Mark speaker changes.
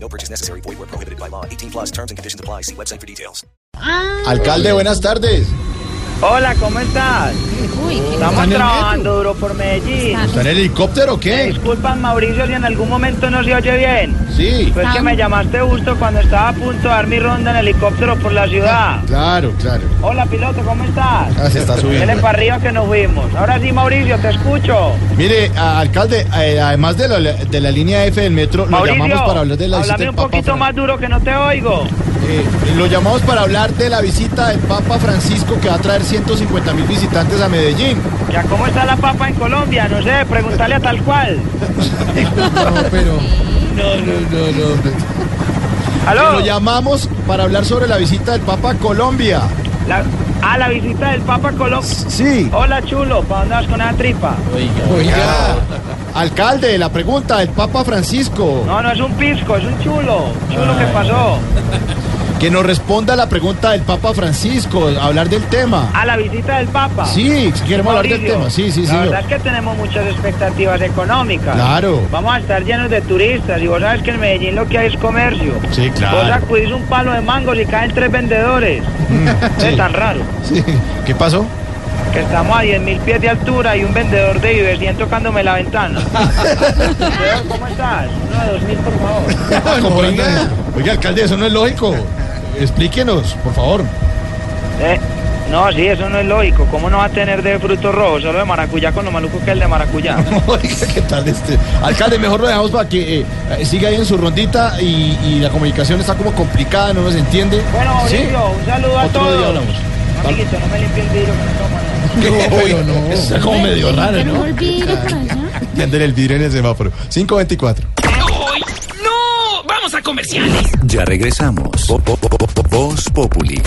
Speaker 1: No purchase necessary. Void where prohibited by law. 18 plus terms and conditions apply. See website for details.
Speaker 2: Alcalde, buenas tardes.
Speaker 3: Hola, ¿cómo estás?
Speaker 4: Uy, qué
Speaker 2: ¿Está
Speaker 3: Estamos
Speaker 2: en el
Speaker 3: trabajando
Speaker 2: metro?
Speaker 3: duro por Medellín.
Speaker 2: ¿Está en helicóptero o qué?
Speaker 3: Disculpan, Mauricio, si en algún momento no se oye bien.
Speaker 2: Sí.
Speaker 3: Fue Pues que me llamaste justo cuando estaba a punto de dar mi ronda en helicóptero por la ciudad.
Speaker 2: Claro, claro.
Speaker 3: Hola, piloto, ¿cómo estás?
Speaker 2: Ah, se está
Speaker 3: Dele
Speaker 2: subiendo.
Speaker 3: para arriba que nos fuimos. Ahora sí, Mauricio, te escucho.
Speaker 2: Mire, a- alcalde, eh, además de la, de la línea F del metro, lo
Speaker 3: Mauricio,
Speaker 2: llamamos para hablar de la visita
Speaker 3: háblame
Speaker 2: del
Speaker 3: un
Speaker 2: Papa
Speaker 3: poquito
Speaker 2: Fran-
Speaker 3: más duro que no te oigo.
Speaker 2: Eh, lo llamamos para hablar de la visita del Papa Francisco que va a traer 150 mil visitantes a Medellín.
Speaker 3: Ya, ¿cómo está la papa en Colombia? No sé, pregúntale a tal cual.
Speaker 2: No, pero. No, no, no, no.
Speaker 3: ¿Aló?
Speaker 2: Lo llamamos para hablar sobre la visita del Papa a Colombia.
Speaker 3: La- ah, la visita del Papa a Colombia.
Speaker 2: Sí.
Speaker 3: Hola, chulo, ¿para dónde vas con esa tripa?
Speaker 2: Oiga. Alcalde, la pregunta del Papa Francisco.
Speaker 3: No, no es un pisco, es un chulo. Chulo
Speaker 2: Ah.
Speaker 3: que pasó.
Speaker 2: Que nos responda la pregunta del Papa Francisco, hablar del tema.
Speaker 3: A la visita del Papa.
Speaker 2: Sí, si queremos hablar del
Speaker 3: Mauricio,
Speaker 2: tema, sí, sí, sí.
Speaker 3: La verdad es que tenemos muchas expectativas económicas.
Speaker 2: Claro.
Speaker 3: Vamos a estar llenos de turistas y vos sabes que en Medellín lo que hay es comercio.
Speaker 2: Sí, claro.
Speaker 3: Vos sacudís un palo de mangos y caen tres vendedores. Es tan raro.
Speaker 2: Mm, Sí. ¿Qué pasó?
Speaker 3: Que estamos a 10.000 pies de altura y un vendedor de Iberien tocándome la ventana. Leo, ¿Cómo estás? Uno de 2.000, por favor.
Speaker 2: Oiga, oiga, alcalde, eso no es lógico. Explíquenos, por favor.
Speaker 3: Eh, no, sí, eso no es lógico. ¿Cómo no va a tener de frutos rojos? Solo de maracuyá con lo maluco que es el de maracuyá.
Speaker 2: Oiga, ¿qué tal este? Alcalde, mejor lo dejamos para que eh, eh, siga ahí en su rondita y, y la comunicación está como complicada, no nos entiende.
Speaker 3: Bueno, Mauricio, un saludo a
Speaker 2: Otro
Speaker 3: todos.
Speaker 2: día hablamos.
Speaker 3: Amiguito, no me limpie el vidrio que no
Speaker 2: No,
Speaker 3: tomo nada.
Speaker 2: pero no. Está como medio raro, ¿no? Tienden el vidrio en el semáforo. 524.
Speaker 5: ¡Ay, ¡No! ¡Vamos a comerciales!
Speaker 6: Ya regresamos. Po- po- po- po- Voz Populi.